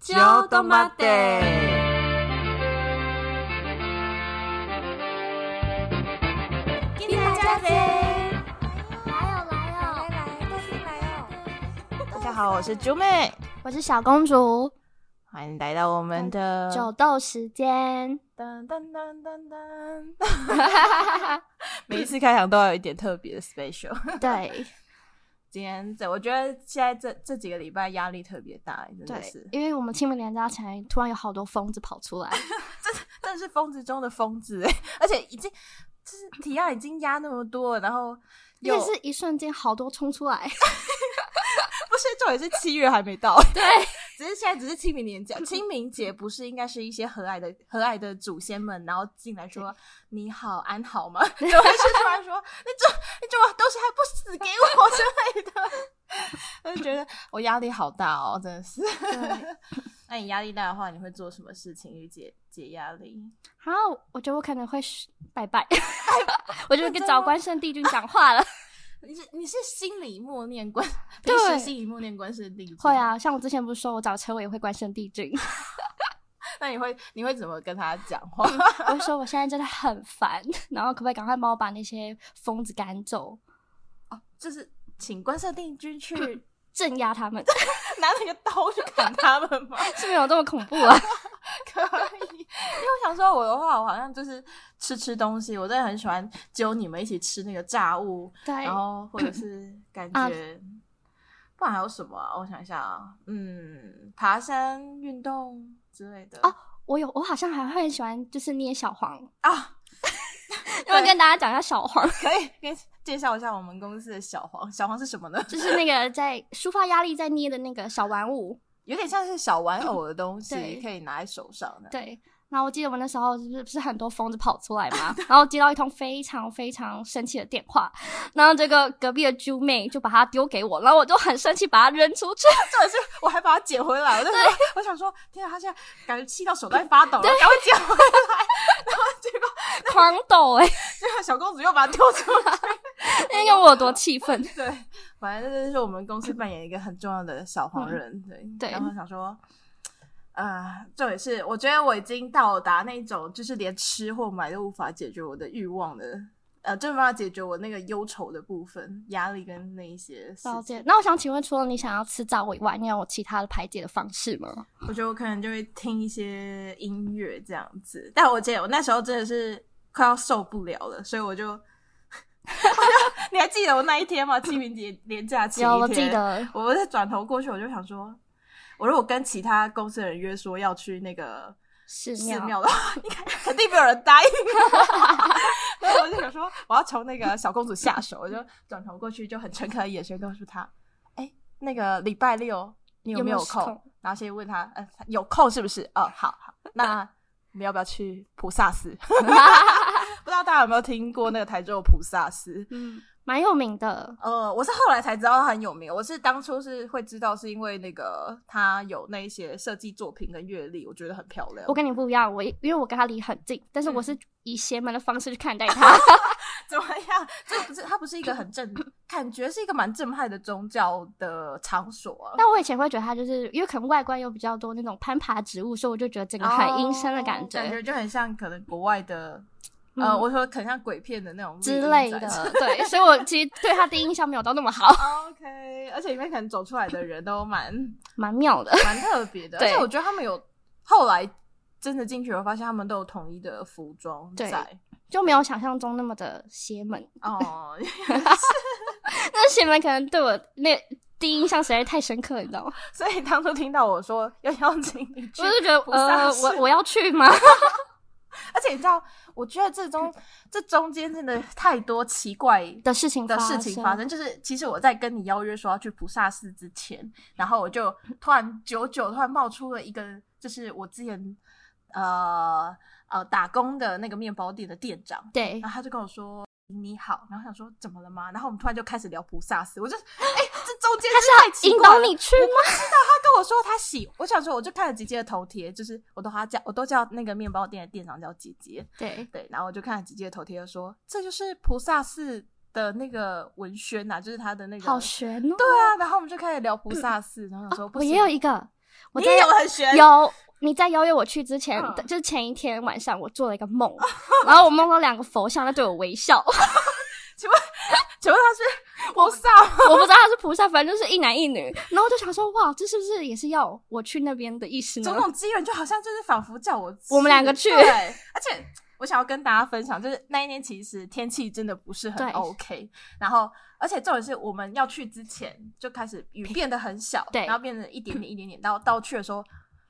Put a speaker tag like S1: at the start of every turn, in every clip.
S1: 就都马得。
S2: 给大家飞，
S3: 来哦来哦，
S2: 来，都是来哦！
S1: 大家好，我是竹妹，
S3: 我是小公主，
S1: 欢迎来到我们的
S3: 酒豆时 间。
S1: 噔噔噔噔噔。 每一次开场都要有一点特别的 special。
S3: 对
S1: 今天这，我觉得现在这这几个礼拜压力特别大，真的
S3: 对
S1: 是，，
S3: 因为我们清明连假前突然有好多疯子跑出 来，
S1: 真的是疯子中的疯子哎，而且已经就是提案已经压那么多了，然后又
S3: 也是一瞬间好多冲出 来。
S1: 不是，重点是七月还没到。 对，只是现在只是清明年假，清明节不是应该是一些和蔼的和蔼的祖先们，然后进来说你好安好吗？怎么会是突然说你这你怎么东西还不死给我 之类的？我就觉得我压力好大哦，真的是。
S3: 对，
S1: 那你压力大的话，你会做什么事情去解解压力？
S3: 然后我觉得我可能会是 拜拜，我就跟找关圣帝君讲话了。
S1: 你是你是心里默念观，
S3: 对
S1: 平时心里默念观世帝君
S3: 会。啊，像我之前不是说我找车我也会关圣 帝君，
S1: 那你会你会怎么跟他讲话？
S3: 我就说我现在真的很烦， 然后可不可以赶快帮我把那些疯子赶走，
S1: 就是请关圣帝君 去
S3: 镇压 他们？
S1: 拿那个刀去砍他们吗？
S3: 是没有这么恐怖啊？
S1: 可以，因为我想说我的话，我好像就是吃吃东西，我真的很喜欢揪你们一起吃那个炸物，
S3: 对，
S1: 然后或者是感
S3: 啊
S1: 觉，不然还有什么啊、我想一下啊，嗯，爬山运动之类的
S3: 哦我有，我好像还会很喜欢，就是捏小黄。
S1: 啊，
S3: 要不要跟大家讲一下小黄？
S1: 可以给你介绍一下我们公司的小黄，小黄是什么呢？
S3: 就是那个在抒发压力在捏的那个小玩物。
S1: 有点像是小玩偶的东西，
S3: 对
S1: 可以拿在手上的。
S3: 对，然后我记得我那时候就是不是很多疯子跑出来 嘛，然后接到一通非常非常生气的电话，然后这个隔壁的猪妹就把它丢给我，然后我就很生气把它扔 出去。
S1: 重点是我还把它捡回来，我就说，我想说，天啊，他现在感觉气到手都在发抖了，赶快捡回来。然后结果，
S3: 狂抖 哎、
S1: 结果小公主又把它丢出去。 哎
S3: 那个我有多 气愤？
S1: 对，反正这就是我们公司扮演一个很重要的小黄人。对，
S3: 嗯对
S1: 然后想说。啊、重点是，我觉得我已经到达那种就是连吃或买都无法解决我的欲望的，呃，真没办法解决我那个忧愁的部分、压力跟那一些事
S3: 了
S1: 情。
S3: 解。那我想请问，除了你想要吃炸我以外，你有其他的排解的方式吗？
S1: 我觉得我可能就会听一些音乐这样子。但我记得我那时候真的是快要受不了了，所以我就， 我就你还记得我那一天吗？清明节连假前
S3: 有，
S1: 一
S3: 我
S1: 天，
S3: 记得。
S1: 我就转头过去，我就想说，我如果跟其他公司的人约说要去那个
S3: 寺
S1: 寺
S3: 庙，
S1: 庙的话， 应该肯定没有人答应 我。然后我就想说，我要从那个小公主下手，我就转头过去，就很诚恳的眼神告诉她：“哎、那个礼拜六你有没
S3: 有没
S1: 空？”
S3: 有空
S1: 然后先问她：“呃，有空是不是？”哦，好好，那我们要不要去菩萨寺？ 不知道大家有没有听过那个台州的菩萨寺？
S3: 嗯，蛮有名的。
S1: 呃，我是后来才知道它很有名，我是当初是会知道，是因为那个它有那一些设计作品跟阅历，我觉得很漂亮。
S3: 我跟你不一样，我因为我跟他离很近，但是我
S1: 嗯
S3: 是以邪门的方式去看待他。
S1: 怎么样？这不是它不是一个很正，感觉是一个蛮正派的宗教的场所啊。
S3: 但我以前会觉得他就是因为可能外观有比较多那种攀爬植物，所以我就觉得整个很阴森的感
S1: 觉，哦感
S3: 觉、
S1: 就很像可能国外的，
S3: 嗯
S1: 呃，我说可能像鬼片的那种
S3: 之类
S1: 日本 仔
S3: 的。对，所以我其实对他的印象没有到那么好，
S1: OK，而且里面可能走出来的人都蛮
S3: 蛮妙的。
S1: 蛮特别的，而
S3: 对
S1: 且我觉得他们有后来真的进去，我发现他们都有统一的服装
S3: 对
S1: 在。
S3: 就没有想象中那么的邪门，
S1: 哦，
S3: 那邪门可能对我那第一印象实在太深刻，你知道吗？
S1: 所以当初听到我说要邀请你去
S3: 我，就觉得，
S1: 菩萨
S3: 呃，
S1: 是
S3: 我我要去吗？
S1: 而且你知道，我觉得这 中这中间真的太多奇怪
S3: 的事情
S1: 的
S3: 发
S1: 事情发生。就是其实我在跟你邀约说要去菩萨寺之前，然后我就突然久久突然冒出了一个，就是我之前呃呃打工的那个面包店的店长，
S3: 对
S1: 然，后他就跟我说。你好，然后想说怎么了吗？然后我们突然就开始聊菩萨寺，我就哎、这中间他是太
S3: 引
S1: 奇怪
S3: 导
S1: 了
S3: 你去吗？
S1: 他跟我说他喜，我想说我就看了姐姐的头贴，就是我都他叫我都叫那个面包店的店长叫姐姐，
S3: 对，
S1: 对，然后我就看了姐姐的头贴，就说这就是菩萨寺的那个文宣呐、就是他的那个啊
S3: 好悬哦。
S1: 对啊，然后我们就开始聊菩萨寺，然后想说、
S3: 哦
S1: 不
S3: 我
S1: 行
S3: 也有一个，我
S1: 你
S3: 真
S1: 也
S3: 的
S1: 有很悬，
S3: 有你在邀约我去之前，
S1: 呃嗯
S3: 就是前一天晚上，我做了一个梦， 然后我梦到两个佛像在对我微笑，
S1: 请问他是菩萨吗？
S3: 我不知道他是菩萨，反正就是一男一女，然后我就想说，哇，这是不是也是要我去那边的意思呢
S1: 种？种机缘就好像就是仿佛叫我
S3: 我们两个去
S1: 对，而且我想要跟大家分享，就是那一年其实天气真的不是很
S3: 对
S1: OK，然后而且重点是我们要去之前就开始雨变得很小，
S3: 对
S1: 然后变成一点点一点点，到到去的时候。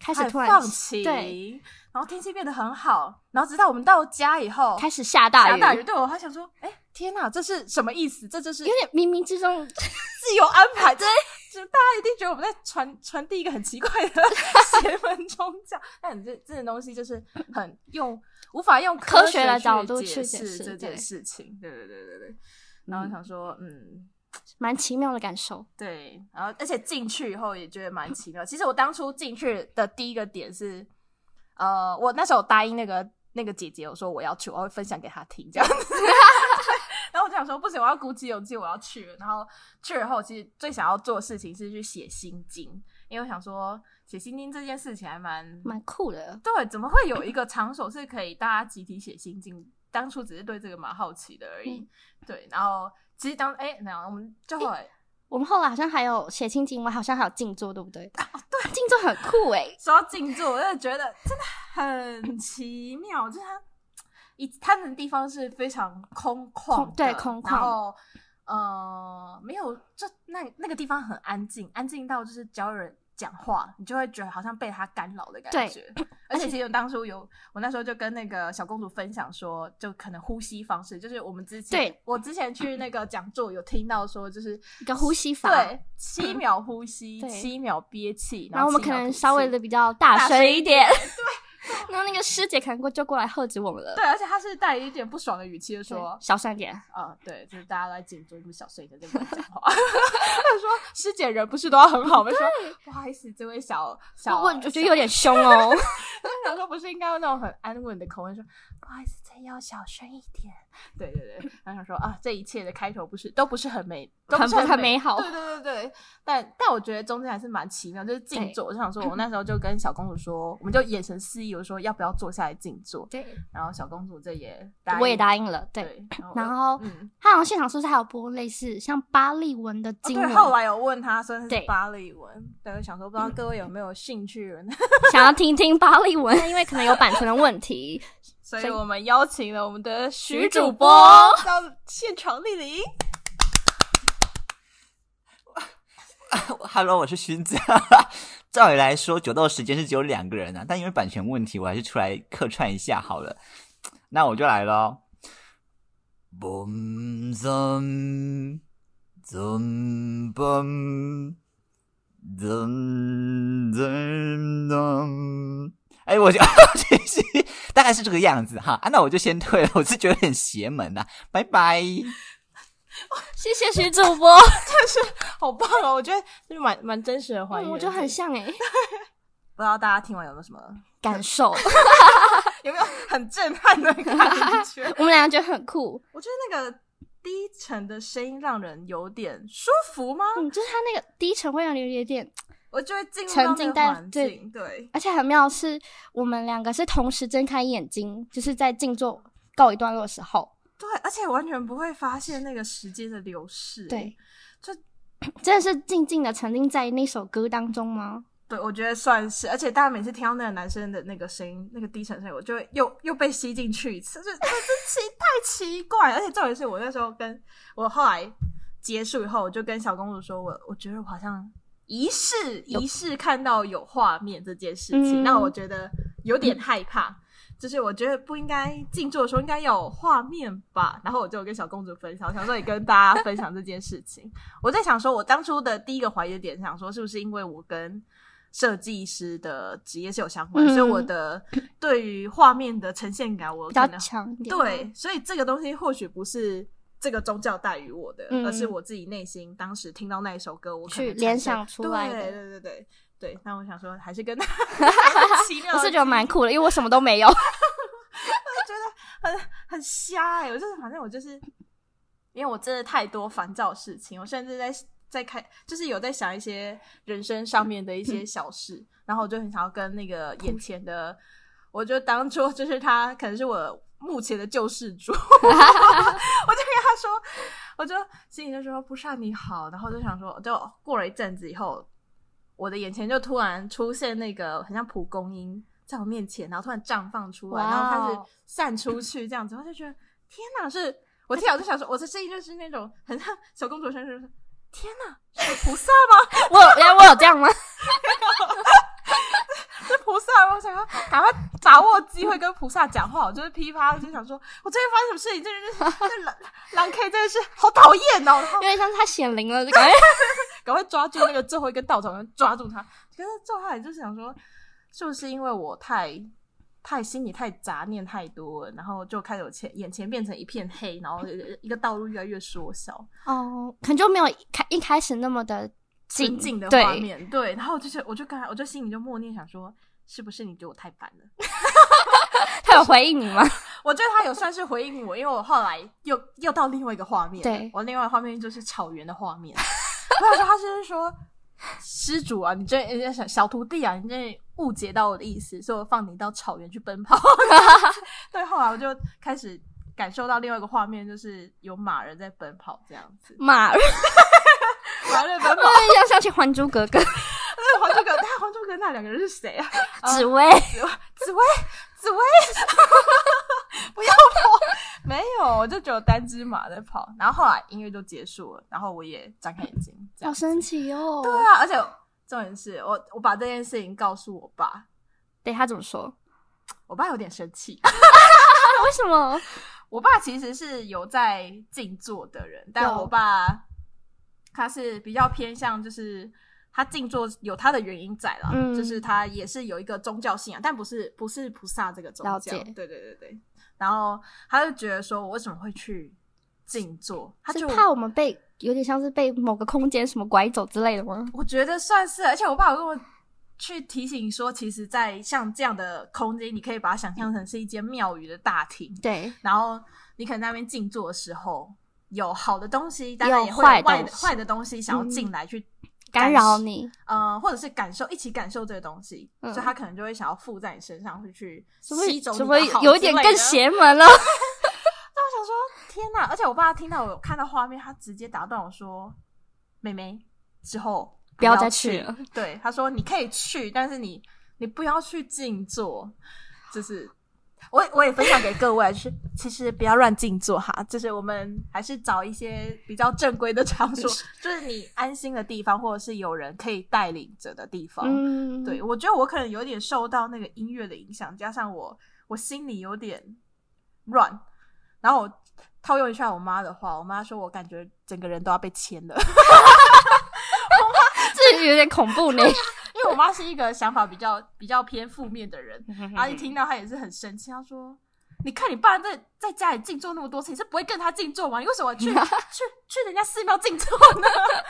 S3: 开始
S1: 它也
S3: 突然
S1: 放晴，
S3: 对，
S1: 然后天气变得很好，然后直到我们到家以后，
S3: 开始下
S1: 下
S3: 大雨，
S1: 大雨，对我还想说，哎、天哪，这是什么意思？这就是
S3: 有点冥冥之中，
S1: 自由安排，对，就大家一定觉得我们在传传递一个很奇怪的邪门宗教，但你这这种东西就是很用无法用
S3: 科
S1: 学
S3: 学的
S1: 去
S3: 角度去解
S1: 释
S3: 释
S1: 这
S3: 对
S1: 件事情，对对对对对。然后
S3: 嗯
S1: 想说，嗯，
S3: 蛮奇妙的感受。
S1: 对，然后而且进去以后也觉得蛮奇妙。其实我当初进去的第一个点是，呃，我那时候答应那个那个姐姐，我说我要去，我会分享给她听这样子。 然后我就想说，不行，我要鼓起勇气，我要去了。然后去了后，其实最想要做的事情是去写心经，因为我想说写心经这件事情还蛮
S3: 蛮酷的，
S1: 对，怎么会有一个场所是可以大家集体写心经？当初只是对这个蛮好奇的而已。对，然后其实当哎，那我们就后来。
S3: 我们后来好像还有写清经文，好像还有静坐，对不对？对，静坐很酷欸诶、
S1: 说到静坐，我真的觉得真的很奇妙，就是它一它的地方是非常空旷的，
S3: 空对空旷
S1: 然后呃，没有，就那那个地方很安静，安静到就是只要有人讲话，你就会觉得好像被他干扰的感觉。而且其实我当初有，我那时候就跟那个小公主分享说，就可能呼吸方式，就是我们之前
S3: 对
S1: 我之前去那个讲座有听到说，就是
S3: 一个呼吸法。，
S1: 对七秒呼吸，
S3: 对
S1: 七秒憋气，
S3: 然后我们
S1: 七
S3: 可
S1: 秒
S3: 能
S1: 吐
S3: 稍微
S1: 气
S3: 的比较大
S1: 大
S3: 声
S1: 声
S3: 一
S1: 一
S3: 点。 对。然后那个师姐可能过就过来喝止我们了。
S1: 对，而且他是带一点不爽的语气就说
S3: 对小声一点。
S1: 啊、对，就是大家来紧坐，你们小声一点，在乱讲 话。他说师姐人不是都要很好吗？说不好意思，这位小
S3: 我
S1: 小，
S3: 我我觉得有点凶 哦。
S1: 想说不是应该用那种很安稳的口吻说，不好意思，再要小声一点。对对对，然后想说啊，这一切的开头不是都不是很美，都
S3: 很
S1: 是
S3: 不
S1: 很
S3: 很美好
S1: 对对对对，但但我觉得中间还是蛮奇妙，就是静
S3: 对
S1: 坐。我就想 说，我那时候就跟小公主说，我们就眼神示意，我说要不要坐下来静坐。
S3: 对，
S1: 然后小公主这也
S3: 我也答
S1: 应
S3: 应了。对，
S1: 对，
S3: 然
S1: 我
S3: 后
S1: 嗯。
S3: 他好像现场是不是还有播类似像巴利文的
S1: 哦
S3: 经文
S1: 对，，后来有问他说是
S3: 对
S1: 巴利文，对，我想说不知道各位有没有兴趣，
S3: 想要听听巴利文， 因为可能有版权的问题。
S1: 所以
S3: 所以
S1: 我们邀请了我们的徐
S3: 徐主
S1: 主
S3: 播
S1: 播到现场莅临。
S4: Hello，我是勋子。照理来说，九斗时间是只有两个人啊，但因为版权问题，我还是出来客串一下好了。那我就来咯。嘣嘣嘣嘣噔噔噔！哎，我就 其实大概是这个样子哈、啊。那我就先退了，我是觉得很邪门呐、拜拜。
S3: 谢谢徐主播，
S1: 好棒哦！我觉得就是蛮蛮真实的还原，
S3: 嗯我觉得很像哎、
S1: 不知道大家听完有没有什么
S3: 感受。
S1: 有没有很震撼的感觉？
S3: 我们两个觉得很酷，
S1: 我觉得那个低沉的声音让人有点舒服吗？
S3: 嗯，就是他那个低沉会让你有点，
S1: 我就会进入
S3: 沉
S1: 到那
S3: 浸
S1: 个
S3: 在
S1: 环
S3: 对
S1: 境，对，
S3: 而且很妙是，我们两个是同时睁开眼睛，就是在静坐告一段落的时候，
S1: 对，而且完全不会发现那个时间的流逝。欸
S3: 对，
S1: 就
S3: 真的是静静的沉浸在那首歌当中吗？
S1: 对，我觉得算是，而且大家每次听到那个男生的那个声音，那个低沉声音，我就会又又被吸进去一次，就这奇太奇怪。而且重点是我那时候跟我后来结束以后，我就跟小公主说，我我觉得我好像疑似疑似看到有画面这件事情，
S3: 嗯
S1: 那我觉得有点害怕。就是我觉得不应该静坐的时候应该要有画面吧，然后我就跟小公主分享，我想说也哎跟大家分享这件事情。我在想说，我当初的第一个怀疑的点，想说是不是因为我跟设计师的职业是有相关，
S3: 嗯
S1: 所以我的对于画面的呈现感，我
S3: 比
S1: 可
S3: 较
S1: 能
S3: 强一点，
S1: 对，所以这个东西或许不是这个宗教带予我的，
S3: 嗯
S1: 而是我自己内心当时听到那一首歌，我可能
S3: 去
S1: 产生
S3: 联想出来
S1: 对
S3: 的
S1: 对对对对，那我想说，还是跟他 奇妙
S3: 我
S1: 的
S3: 是觉得蛮酷的，因为我什么都没有。
S1: 很很欸瞎哎、我就是反正我就是，因为我真的太多烦躁的事情，我甚至在在开，就是有在想一些人生上面的一些小事，然后我就很想要跟那个眼前的，我就当做就是他可能是我目前的救世主， 我就跟他说，我就心里就说不是啊你好，然后就想说，就过了一阵子以后，我的眼前就突然出现那个很像蒲公英在我面前，然后突然绽放出来，
S3: 哇
S1: 然后开始
S3: 哦
S1: 散出去这样子，我就觉得天哪，是我
S3: 哎
S1: 听到我就想说，我的声音就是那种很像小公主声，就是天哪，是菩萨吗？
S3: 我有，哎我有这样吗？
S1: 是菩萨吗？我想要赶快把握机会跟菩萨讲话，我就是噼啪就想说，我最近发生什么事情？这人就是 这狼狼 K 真的是好讨厌哦，然后
S3: 有点像是他显灵了，就感觉
S1: 赶快抓住那个最后一根稻草，然后抓住他。可是最后来就是想说，是不是因为我太太心里太杂念太多了，然后就开始我前眼前变成一片黑，然后一个道路越来越缩小，
S3: 哦，可能就没有一开一开始那么的
S1: 纯
S3: 近
S1: 净的
S3: 对
S1: 画面，对。然后我就是，我就刚才，我就心里就默念想说，是不是你对我太烦了？
S3: 他有回应你吗？
S1: 我觉得他有算是回应我，因为我后来又又到另外一个画面，
S3: 对
S1: 我另外一个画面就是草原的画面。我想说，他就是说，施主啊，你这呃小小徒弟啊，你这误解到我的意思，所以我放你到草原去奔跑。对，后来我就开始感受到另外一个画面，就是有马儿在奔跑这样子，
S3: 马， 我
S1: 马儿在奔跑。
S3: 有点想起《还珠格格》
S1: 那黄忠格，那黄忠格那两个人是谁啊？啊
S3: 紫薇，
S1: 紫薇，紫薇，紫薇， 不要跑！没有，我就只有单只马在跑。然后后来音乐就结束了，然后我也张开眼睛，这样。
S3: 好神奇哦！
S1: 对啊，而且重点是我我把这件事情告诉我爸，
S3: 对他怎么说？
S1: 我爸有点生气。
S3: 为什么？
S1: 我爸其实是有在静坐的人，但
S3: 有
S1: 我爸他是比较偏向就是。他静坐有他的原因在啦，
S3: 嗯
S1: 就是他也是有一个宗教信仰，但不是不是菩萨这个宗
S3: 了
S1: 教
S3: 解，
S1: 对对对对。然后他就觉得说，我为什么会去静坐？他
S3: 是
S1: 就
S3: 怕我们被有点像是被某个空间什么拐走之类的吗？
S1: 我觉得算是，而且我爸有跟我去提醒说，其实，在像这样的空间，你可以把它想象成是一间庙宇的大厅，
S3: 对，
S1: 然后你可能在那边静坐的时候，有好的东西，当
S3: 也有
S1: 然也会有坏的
S3: 坏的东西嗯
S1: 坏的东西想要进来去、
S3: 干扰，你，
S1: 呃，或者是感受一起感受这个东西，
S3: 嗯
S1: 所以他可能就会想要附在你身上，会去
S3: 是不是
S1: 吸走你
S3: 是不是
S1: 的好
S3: 有一点
S1: 之类的
S3: 更。邪门
S1: 那
S3: 了？
S1: 我想说，天哪！而且我爸听到我有看到画面，他直接打断我说：“妹妹，之后
S3: 不要再
S1: 去哦
S3: 去了。”
S1: 对，他说：“你可以去，但是你你不要去静坐，就是。”我我也分享给各位，是其实不要乱静坐哈，就是我们还是找一些比较正规的场所，就是你安心的地方，或者是有人可以带领着的地方。
S3: 嗯，
S1: 对，我觉得我可能有点受到那个音乐的影响，加上我我心里有点乱，然后我套用一下我妈的话，我妈说我感觉整个人都要被牵了，
S3: 这有点恐怖呢。
S1: 因为我妈是一个想法比较比较偏负面的
S3: 嗯
S1: 人，然后一听到她也是很生气，她说。你看你爸在在家里静坐那么多次，你是不会跟他静坐吗？你为什么 去去去人家寺庙静坐呢？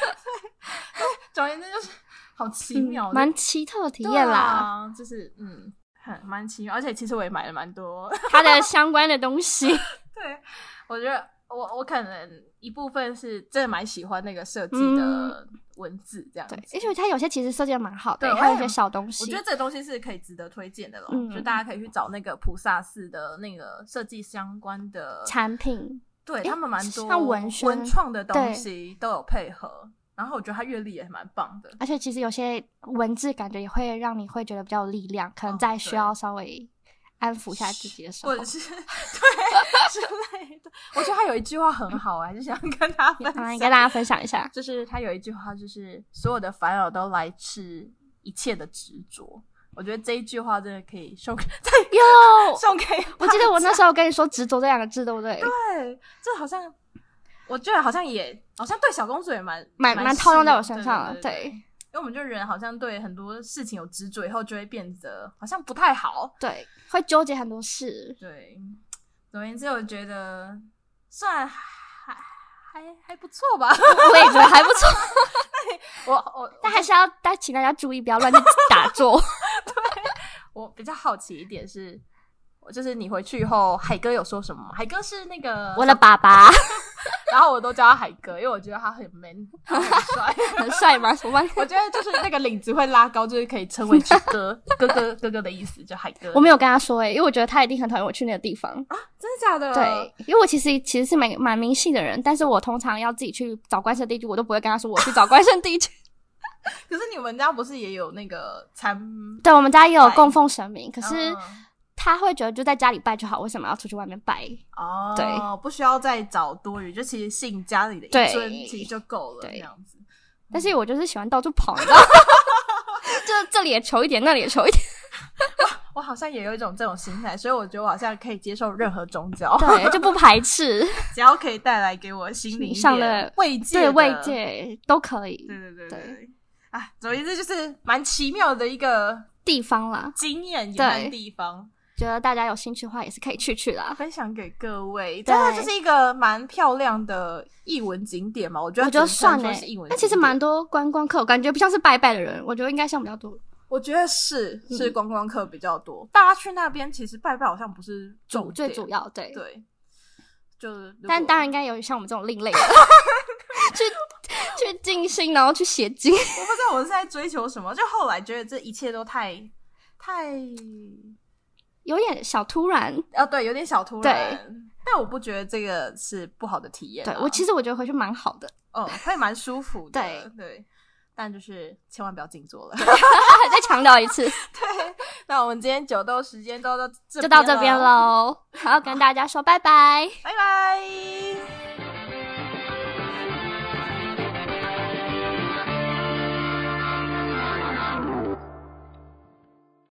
S1: 对，对总而言之就是好奇妙，
S3: 嗯蛮奇特的体
S1: 对
S3: 验啦。
S1: 啊，就是嗯，很蛮奇妙，而且其实我也买了蛮多。
S3: 它的相关的东西，
S1: 对，我觉得我我可能一部分是真的蛮喜欢那个设计的文字这样子。
S3: 嗯对，而且它有些其实设计的蛮好
S1: 对
S3: 的，
S1: 我
S3: 还有
S1: 也
S3: 一些小东西。
S1: 我觉得这个东西是可以值得推荐的咯，
S3: 嗯
S1: 就大家可以去找那个菩萨寺的那个设计相关的，
S3: 产品
S1: 对
S3: 诶
S1: 他们蛮多
S3: 像文宣
S1: 文创的东
S3: 对
S1: 西都有配合，然后我觉得他阅历也蛮棒的，
S3: 而且其实有些文字感觉也会让你会觉得比较有力量，可
S1: 哦
S3: 能在需
S1: 对
S3: 要稍微安抚一下自己的时候
S1: 或。 者是 对之类的。我觉得他有一句话很好，我还是想跟他分
S3: 啊，
S1: 享
S3: 你。跟 大家分享 一下，
S1: 就是他有一句话，就是所有的烦恼都来自一切的执着。我觉得这一句话真的可以送 给，再
S3: 哟，
S1: 送给
S3: 我记得我
S1: 大
S3: 那
S1: 家
S3: 时候跟你说“执着”这两个字，对不对？
S1: 对，这好像我觉得好像也好像对小公主也蛮
S3: 蛮
S1: 蛮
S3: 蛮套用在我
S1: 适用
S3: 身上
S1: 对
S3: 了。对
S1: 因为我们就人好像对很多事情有执着以后，就会变得好像不太好。
S3: 对，会纠结很多事。
S1: 对，总而言之，我觉得虽然还还还不错吧，
S3: 我也觉得还不错，
S1: 我我
S3: 但还是要大家请大家注意，不要乱去 打坐。
S1: 我比较好奇一点是，我就是你回去以后，海哥有说什么吗？海哥是那个
S3: 我的，爸爸，
S1: 然后我都叫他海哥，因为我觉得他很 man，他很帅。
S3: 很 帅吗？我们
S1: 我觉得就是那个领子会拉高，就是可以称为去 哥哥哥哥哥的意思，就海哥。
S3: 我没有跟他说欸诶、因为我觉得他一定很讨厌我去那个地方。
S1: 真的假的？
S3: 对，因为我其实其实是蛮蛮迷信的人，但是我通常要自己去找关圣帝君，我都不会跟他说我去找关圣帝君。
S1: 可是你们家不是也有那个参？嗯
S3: 对，我们家也有供奉神明，可
S1: 可
S3: 是他会觉得就在家里拜就好，为什么要出去外面拜？
S1: 哦，
S3: 对，
S1: 不需要再找多余，就其实信家里的一
S3: 对
S1: 尊其实就够了，
S3: 对
S1: 这样子。
S3: 但是我就是喜欢到处跑，你知道吗？就是这里也求一点，那里也求一点，
S1: 我好像也有一种这种心态，所以我觉得我好像可以接受任何宗教，
S3: 对，就不排斥，
S1: 只要可以带来给我心灵一
S3: 上
S1: 点
S3: 了
S1: 慰藉
S3: 对
S1: 的
S3: 慰，藉都可以。
S1: 对对对
S3: 对
S1: 对。啊，总而言之就是蛮奇妙的一个
S3: 地方啦，
S1: 经验，也
S3: 对
S1: 蛮地方
S3: 觉得大家有兴趣的话也是可以去去啦。
S1: 分享给各位。但是这是一个蛮漂亮的艺文景点嘛，我觉得
S3: 我觉得
S1: 只能
S3: 算
S1: 说
S3: 了、
S1: 是艺文景点。
S3: 但其实蛮多观光客，我感觉不像是拜拜的人，我觉得应该像比较多。
S1: 我觉得是
S3: 嗯
S1: 是观光客比较多，大家去那边其实拜拜好像不是重
S3: 最
S1: 点
S3: 主要对，
S1: 对，就是如果
S3: 但当然应该有像我们这种另类 的，去去静心，然后去写经。
S1: 我不知道我是在追求什么，就后来觉得这一切都太太
S3: 有点小突然。
S1: 啊，对，有点小突然。但我不觉得这个是不好的体验啊、
S3: 对我啊其
S1: 实
S3: 实我觉得回去蛮好的，
S1: 嗯会蛮舒服的，
S3: 对
S1: 对。但就是千万不要静坐了。
S3: 再强调一 次，
S1: 对，那我们今天酒豆时间都到这
S3: 就到这边
S1: 了，
S3: 喽。好，跟大家说拜拜。
S1: 拜拜。